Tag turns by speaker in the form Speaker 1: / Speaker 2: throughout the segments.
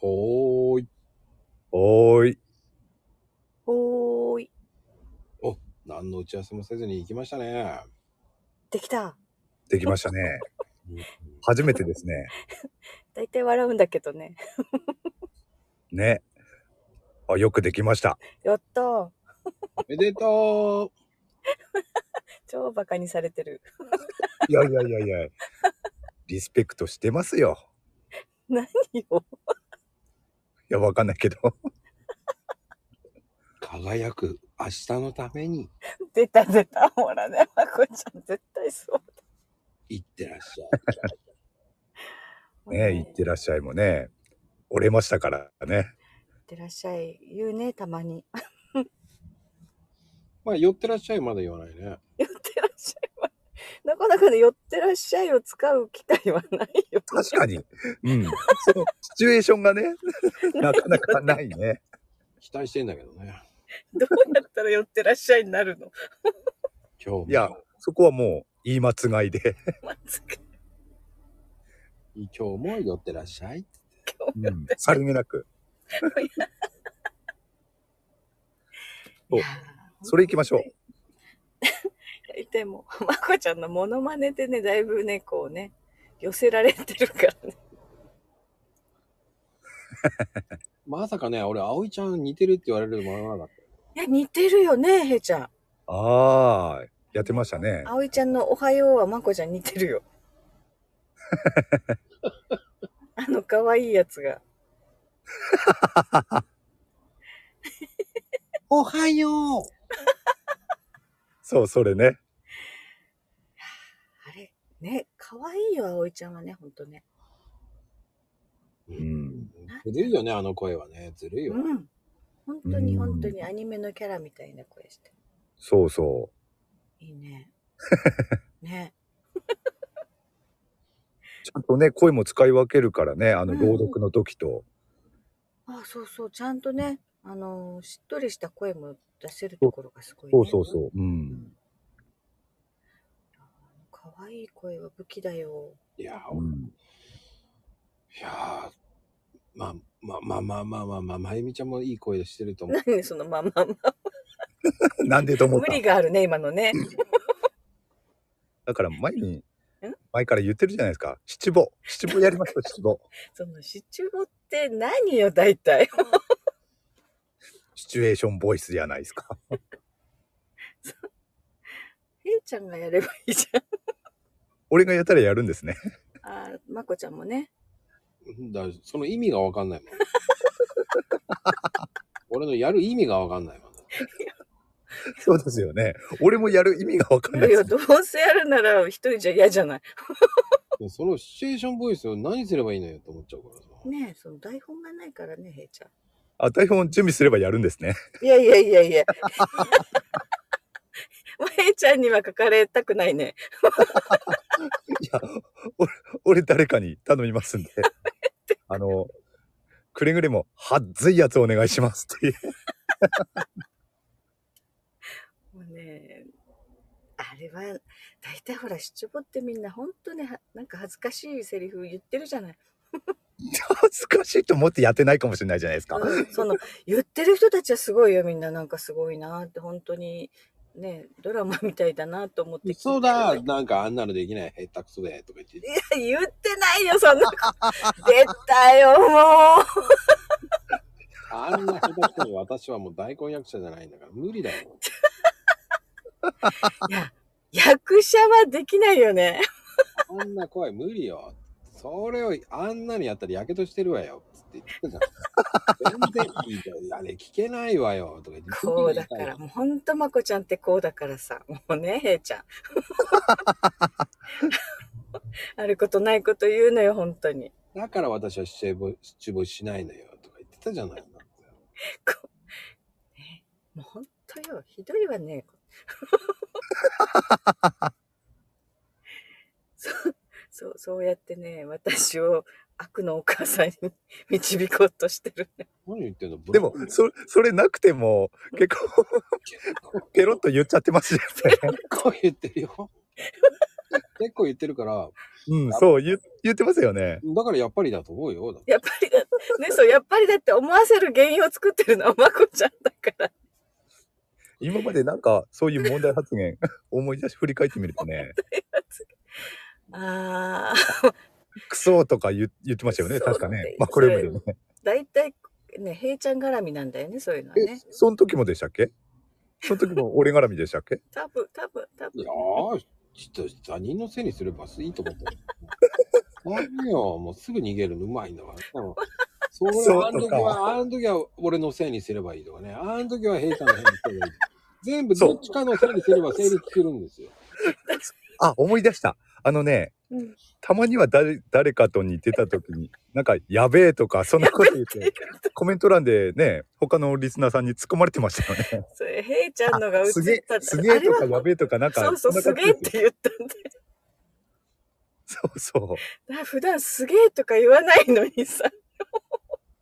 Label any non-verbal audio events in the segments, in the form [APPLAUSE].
Speaker 1: ほーい。
Speaker 2: おーい。
Speaker 3: おーい。
Speaker 1: 何の打ち合わせもせずに行きましたね。
Speaker 3: できた。
Speaker 2: できましたね。初めてですね。
Speaker 3: 大体笑うんだけどね。
Speaker 2: ね。あ、よくできました。
Speaker 3: やったー。
Speaker 1: おめでとう
Speaker 3: 超バカにされてる。 [LAUGHS]
Speaker 2: いやいやいやいや。リスペクトしてますよ。
Speaker 3: 何を
Speaker 2: いや、わかんないけど。
Speaker 1: 輝く明日のために
Speaker 3: 出た出た。ほらね、まこちゃん絶対そう。
Speaker 1: 行ってらっしゃい。
Speaker 2: ね、いってらっしゃいもね。折れましたからね。
Speaker 3: いってらっしゃい。言うね、たまに。
Speaker 1: まあ、寄ってらっしゃいまだ言わないね。
Speaker 3: 言ってらっしゃいは。なかなかね、寄ってらっしゃいを使う機会はないよ。
Speaker 2: 確かに。うん。そのシチュエーションが [LAUGHS] ね、なかなかないね。
Speaker 1: 期待してんだけどね。
Speaker 3: どうやったら寄ってらっしゃいになるの
Speaker 1: 今日も
Speaker 2: いや、そこはもう言い間違いで。
Speaker 3: まずか
Speaker 1: 今日も寄ってらっしゃい。
Speaker 2: うん。さりげなく。お
Speaker 3: いやー
Speaker 2: それ行きましょう。
Speaker 3: 大体もう、まこちゃんのモノマネでね、だいぶね、こうね、寄せられてるからね。
Speaker 1: まさかね、俺、葵ちゃん似てるって言われると思わなかっ
Speaker 3: いや、似てるよね、へいちゃん。
Speaker 2: ああ、やってましたね。
Speaker 3: 葵ちゃんの「おはよう」はまこちゃん似てる
Speaker 2: [LAUGHS]
Speaker 3: よあの可愛いやつが
Speaker 1: た。おはよう
Speaker 2: そう、それね。
Speaker 3: あれね可愛いよ葵ちゃんはねほんとね
Speaker 2: うん。
Speaker 1: ずるいよね、あの声はね。ずるいよ。
Speaker 3: うん本当に
Speaker 2: うん
Speaker 3: 本当にアニメのキャラみたいな声して
Speaker 2: そうそ
Speaker 3: い
Speaker 2: [LAUGHS]
Speaker 3: いねね
Speaker 2: う。ちゃんとね、声も使い分けるからね、あの
Speaker 3: うん
Speaker 2: 朗読の時と。
Speaker 3: あそうそうちゃんとねあのーしっとりした声も出せるところがすごい、ね、
Speaker 2: そうそうそう。うん。
Speaker 3: 可愛い声は武器だよ
Speaker 1: いやー、
Speaker 2: う
Speaker 1: 俺
Speaker 2: ん
Speaker 1: いやー、まあ、まあまあまあまあまあまあ、まゆみちゃんもいい声してると思う。
Speaker 3: 何そのまあまあまあ
Speaker 2: なんでと思っ
Speaker 3: 無
Speaker 2: た
Speaker 3: 理があるね今のね
Speaker 2: だから前に、前から言ってるじゃないですか。七五。七五やりましょう、七
Speaker 3: [LAUGHS]
Speaker 2: 五。
Speaker 3: そのシチュボって何よ大体 [LAUGHS]
Speaker 2: シチュエーションボイスじゃないですか。
Speaker 3: へいちゃんがやればいいじゃん。
Speaker 2: 俺がやったらやるんです
Speaker 3: [LAUGHS]
Speaker 2: ね。
Speaker 3: あーまこちゃんもね。
Speaker 1: だからその意味がわかんない [LAUGHS] もん。俺のやる意味がわかんないもん。
Speaker 2: そうですよね。俺もやる意味がわかんない
Speaker 3: い
Speaker 2: で
Speaker 3: や、
Speaker 2: す。
Speaker 3: どうせやるなら一人じゃ嫌じゃない。
Speaker 1: でそのシチュエーションボイスを何すればいいのよって思っちゃうからさ。
Speaker 3: ねえ、その台本がないからね、へいちゃ
Speaker 2: あ、台本準備すればやるんですね。
Speaker 3: ん。いやいやいや [LAUGHS] いや。もうへいちゃんには書かれたくないね。
Speaker 2: いや、俺、俺誰かに頼みますん
Speaker 3: [LAUGHS]
Speaker 2: で。あの、くれぐれも、はっずいやつお願いしますっていう。
Speaker 3: もうねあれは、大体ほら、シチュボってみんな本当ね、はなんか恥ずかしいセリフ言ってるじゃない。
Speaker 2: 恥ずかしいと思ってやってないかもしれないじゃないですか。
Speaker 1: [LAUGHS]
Speaker 3: うんその、言ってる人たちはすごいよ、みんな。なんかすごいなって、本当に、ねえ、ドラマみたいだなと思って聞いてる
Speaker 1: そうだ、なんかあんなのできない、下手くそで、とか言って
Speaker 3: い。や、言ってないよ、そんなこと。出たよ、もう。
Speaker 1: あんな下手くそに私はもう大根役者じゃないんだから、無理だよ。
Speaker 3: 役者はできないよね。
Speaker 1: あんな声無理よ。それをあんなにやったらやけどしてるわよ。つって言ってたじゃん。全然聞いてあれ聞けないわよ。とか言って。
Speaker 3: こうだから、もうほんとまこちゃんってこうだからさ。もうね、へ
Speaker 1: [LAUGHS]
Speaker 3: いちゃん。あることないこと言うのよ、本当に。
Speaker 1: だから私はシチュエボシチュボしないのよ。とか言ってたじゃないの。
Speaker 3: こうねもうほんとよ、ひどい
Speaker 2: [LAUGHS]
Speaker 3: わね。そう、そう、そうやってね、私を悪のお母さんに [LAUGHS] 導こうとしてるね。
Speaker 1: 何言ってんの
Speaker 2: でも、そ、それなくても、結構、ペロッと言っちゃってますよね。
Speaker 1: こう言ってるよ。結構言ってるから、
Speaker 2: うん、 [LAUGHS] そう、言言ってますよね。
Speaker 1: だからやっぱりだと思うよ。だって
Speaker 3: やっぱりだ、ね、そう、やっぱりだって思わせる原因を作ってるのはまこちゃんだから。
Speaker 2: 今までなんか、そういう問題発言、 [LAUGHS] 思い出し、振り返ってみるとね、
Speaker 3: ああ、
Speaker 2: クソとか言言ってましたよね、確か
Speaker 3: そうだ
Speaker 2: ね
Speaker 3: よ。
Speaker 2: まあ、これまでもね。
Speaker 3: だいたいね、平ちゃん絡みなんだよね、そういうのは
Speaker 2: え
Speaker 3: ね。、
Speaker 2: その時もでしたっけその時も俺絡みでしたっけ
Speaker 3: 多分、多分、多
Speaker 1: い
Speaker 3: 分
Speaker 1: や。ー、ちょっと他人のせいにすればいいと思ってる。何よ、もうすぐ逃げるのうまいんだから。でもそれ
Speaker 2: そう
Speaker 1: あの時は、あの時は俺のせいにすればいいとかね。あの時は平ちゃんのせいにすればいい。全部どっちかのせいにすれば成立するんですよ。
Speaker 2: あ、思い出した。あのね、
Speaker 3: うん
Speaker 2: たまには誰誰かと似てた時に、なんか、やべえとか、そんなこと言 [LAUGHS] って、コメント欄でね、他のリスナーさんに突っ込まれてましたよね。
Speaker 3: それ、平ちゃんのが映
Speaker 2: あ
Speaker 3: っ
Speaker 2: すげえ
Speaker 3: たん、だ
Speaker 2: すげえと
Speaker 3: あ
Speaker 2: か
Speaker 3: れは
Speaker 2: やべえとか、なんか、
Speaker 3: そうそう、
Speaker 2: んな
Speaker 3: す
Speaker 2: 感
Speaker 3: げえっ
Speaker 2: じですよ
Speaker 3: て言ったんだよ
Speaker 2: そうそう。
Speaker 3: だから。普段すげえとか言わないのにさ。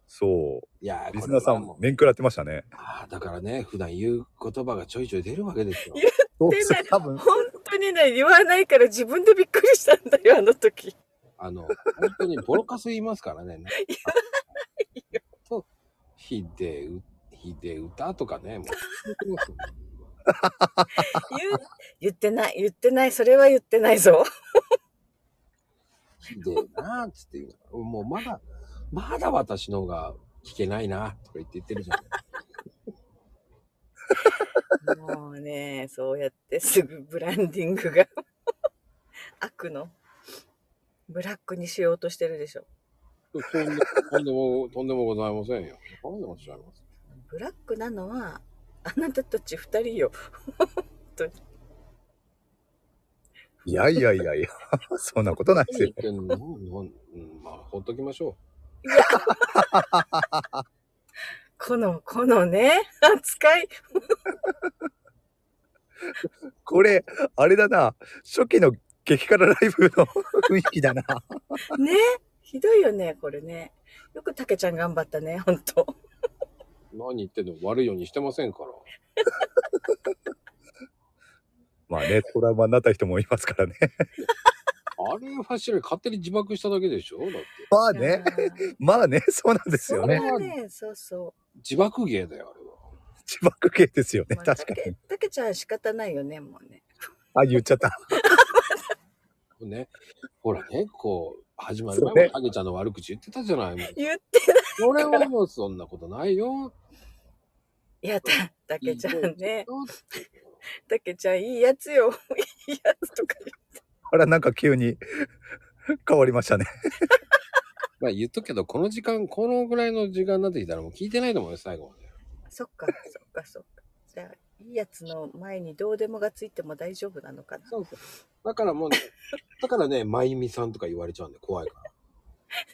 Speaker 2: そ
Speaker 1: いやー、
Speaker 2: う。リスナーさん、
Speaker 1: これはもう
Speaker 2: 面食らってましたね。
Speaker 1: あーだからね、普段言う言葉がちょいちょい出るわけですよ。
Speaker 3: 言
Speaker 2: そう
Speaker 3: 出
Speaker 2: そ
Speaker 3: ない
Speaker 2: う多分、
Speaker 3: 本当にね、言わないから自分でびっくりしたんだよ、あの時。
Speaker 1: あの、本当にボロカス言いますからね。と、ひでう、ひで歌とかね、もう言ってますよね。
Speaker 3: 言う言ってない、言ってない、それは言ってないぞ。
Speaker 1: ひでえなあっつって言うからもうまだ、まだ私の方が聞けないなとか言って言ってるじゃん。
Speaker 3: もうね、そうやってすぐブランディングが [LAUGHS] 悪のブラックにしようとしてるでしょ。
Speaker 1: とんでとんでも、とんでもございませんよ。とんでもございません。
Speaker 3: ブラックなのはあなたたち二人よ。
Speaker 2: いやいやいやいや、そんなことないですよ
Speaker 1: 何。言ってんのほんうんまあ、ほっときましょ
Speaker 3: この、このね、扱い。
Speaker 2: これ、あれだな、初期の激辛ライブの [LAUGHS] 雰囲気だな。
Speaker 3: ね。ひどいよね、これね。よくたけちゃん頑張ったね、ほんと。
Speaker 1: う。何言ってんの悪いようにしてませんから。
Speaker 2: まあね、トラウマになった人もいますからね。
Speaker 1: あれはしら勝手に自爆しただけでしょだって。
Speaker 2: まあね、まあね、そうなんです
Speaker 3: そう
Speaker 2: よ
Speaker 3: だ
Speaker 2: ね。
Speaker 3: ね、そうそ
Speaker 1: 自爆芸だよ、あれは。
Speaker 2: 自爆系ですよ
Speaker 3: う。
Speaker 2: ね、
Speaker 3: まあ
Speaker 2: 確か
Speaker 3: たけ
Speaker 2: に。
Speaker 3: たけちゃん仕方ないよね、もうね。
Speaker 2: あ、言っちゃった。
Speaker 1: ね、ほらね、こう、始まる
Speaker 2: そうね
Speaker 1: 前も、影ちゃんの悪口言ってたじゃない。もう
Speaker 3: 言ってない。
Speaker 1: それはもうそんなことないよ。
Speaker 3: いや、た、たけちゃんね。
Speaker 1: どう
Speaker 3: たけちゃんいいやつよ。いいやつとか言う
Speaker 2: あら、なんか急に [LAUGHS] 変わりましたね。
Speaker 1: まあ言っとくけど、この時間、このぐらいの時間になってきたらもう聞いてないと思うよ、最後まで。
Speaker 3: そっか、そっか、そっか。じゃあ、いいやつの前にどうでもがついても大丈夫なのかな。
Speaker 1: そうそう。だからもうね、だからね、まゆみさんとか言われちゃうんで怖いから。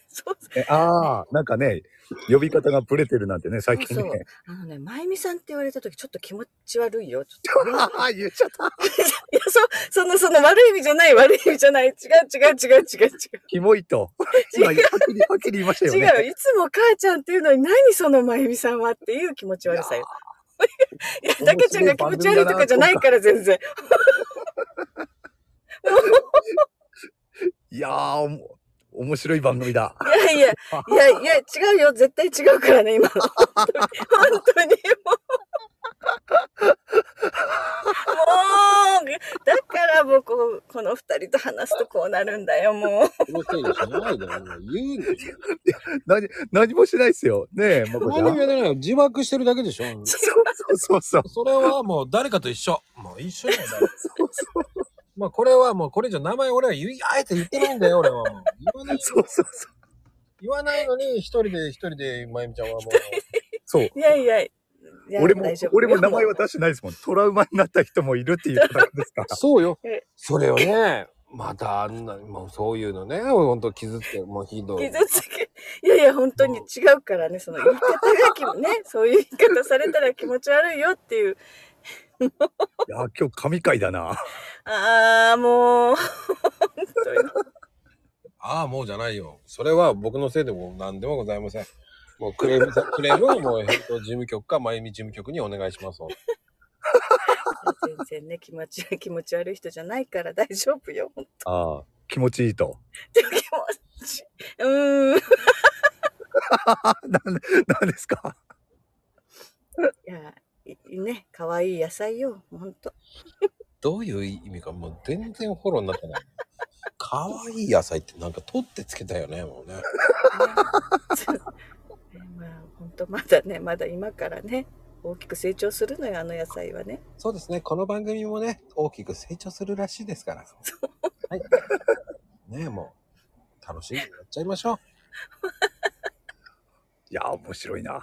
Speaker 3: そう
Speaker 2: えああ、なんかね、呼び方がブレてるなんてね、最近 [LAUGHS]
Speaker 3: そう
Speaker 2: ね。
Speaker 3: あのね、まゆみさんって言われた時ちょっと気持ち悪いよ。ちょっと
Speaker 2: ああ、言っちゃった。
Speaker 3: いや、そ、その、その悪い意味じゃない、悪い意味じゃない。違う、違う、違う、違う、違う。
Speaker 2: キモいと。今、はっきり、はっきり言いましたよ
Speaker 3: 違
Speaker 2: ね。
Speaker 3: うよいつも母ちゃんっていうのに何そのまゆみさんはっていう気持ち悪さよ。いや、たけちゃんが気持ち悪いとかじゃないから全然。
Speaker 2: いやー、おも面白い番組だ。
Speaker 3: いやいや、いやいや、違うよ。絶対違うからね、今の。本当に、本当にもう。もう、だからもうこう、この二人と話すとこうなるんだよ、もう。
Speaker 1: このせいにしないで、もう言うの。
Speaker 2: 何、何もしないですよ。ねえ、まこちゃ
Speaker 1: 何も
Speaker 2: ん。
Speaker 1: 言わないよ。自爆してるだけでしょ。
Speaker 2: そうそうそうそう。
Speaker 1: それはもう誰かと一緒。もう一緒だよ。まあこれはもうこれ以上名前俺は言い、あえて言ってないんだよ、俺はもう。言わない
Speaker 2: そうそうそう。
Speaker 1: 言わないのに、一人で、一人で、まゆみちゃんはもう。
Speaker 2: そう。
Speaker 3: いやいや、いや
Speaker 2: 俺も
Speaker 3: 大丈、夫
Speaker 2: 俺も名前は
Speaker 3: も
Speaker 2: 出してないですもん。トラウマになった人もいるっていうこと
Speaker 3: [LAUGHS]
Speaker 2: ですか
Speaker 1: [LAUGHS]
Speaker 2: ら。
Speaker 1: そうよ
Speaker 3: え。
Speaker 1: それをね、またあんな、もうそういうのね、ほんと傷つけ、もうひど
Speaker 3: う
Speaker 1: い。
Speaker 3: 傷つけ、いやいや、本当に違うからね、その言い方がき、ね、そういう言い方されたら気持ち悪いよっていう。
Speaker 2: いやー、今日神回だな。
Speaker 3: ああ、もう、本当に。
Speaker 1: ああ、もうじゃないよ。それは僕のせいでも何でもございません。もうクレー [LAUGHS] ムさ、クレームはもう、えっと、事務局か、まゆみ事務局にお願いします。
Speaker 3: 全然ね、気持ち、 [LAUGHS] 気持ち悪い人じゃないから大丈夫よ。本
Speaker 2: ああ、気持ちいいと。 [LAUGHS]
Speaker 3: 当に気持ち。うーん。い
Speaker 2: なんで、なんですか
Speaker 3: や、いいね、可愛い野菜よ。本当。
Speaker 1: どういう意味かもう全然フォローになってない。可愛い野菜ってなんか取ってつけたよね、もうね。
Speaker 3: ね [LAUGHS] まあ、本当まだね、まだ今からね、大きく成長するのよ、あの野菜はね。
Speaker 1: そうですね、この番組もね、大きく成長するらしいですから。はい。ねえ、もう、楽しんでやっちゃいましょう。
Speaker 2: いや、面白いな。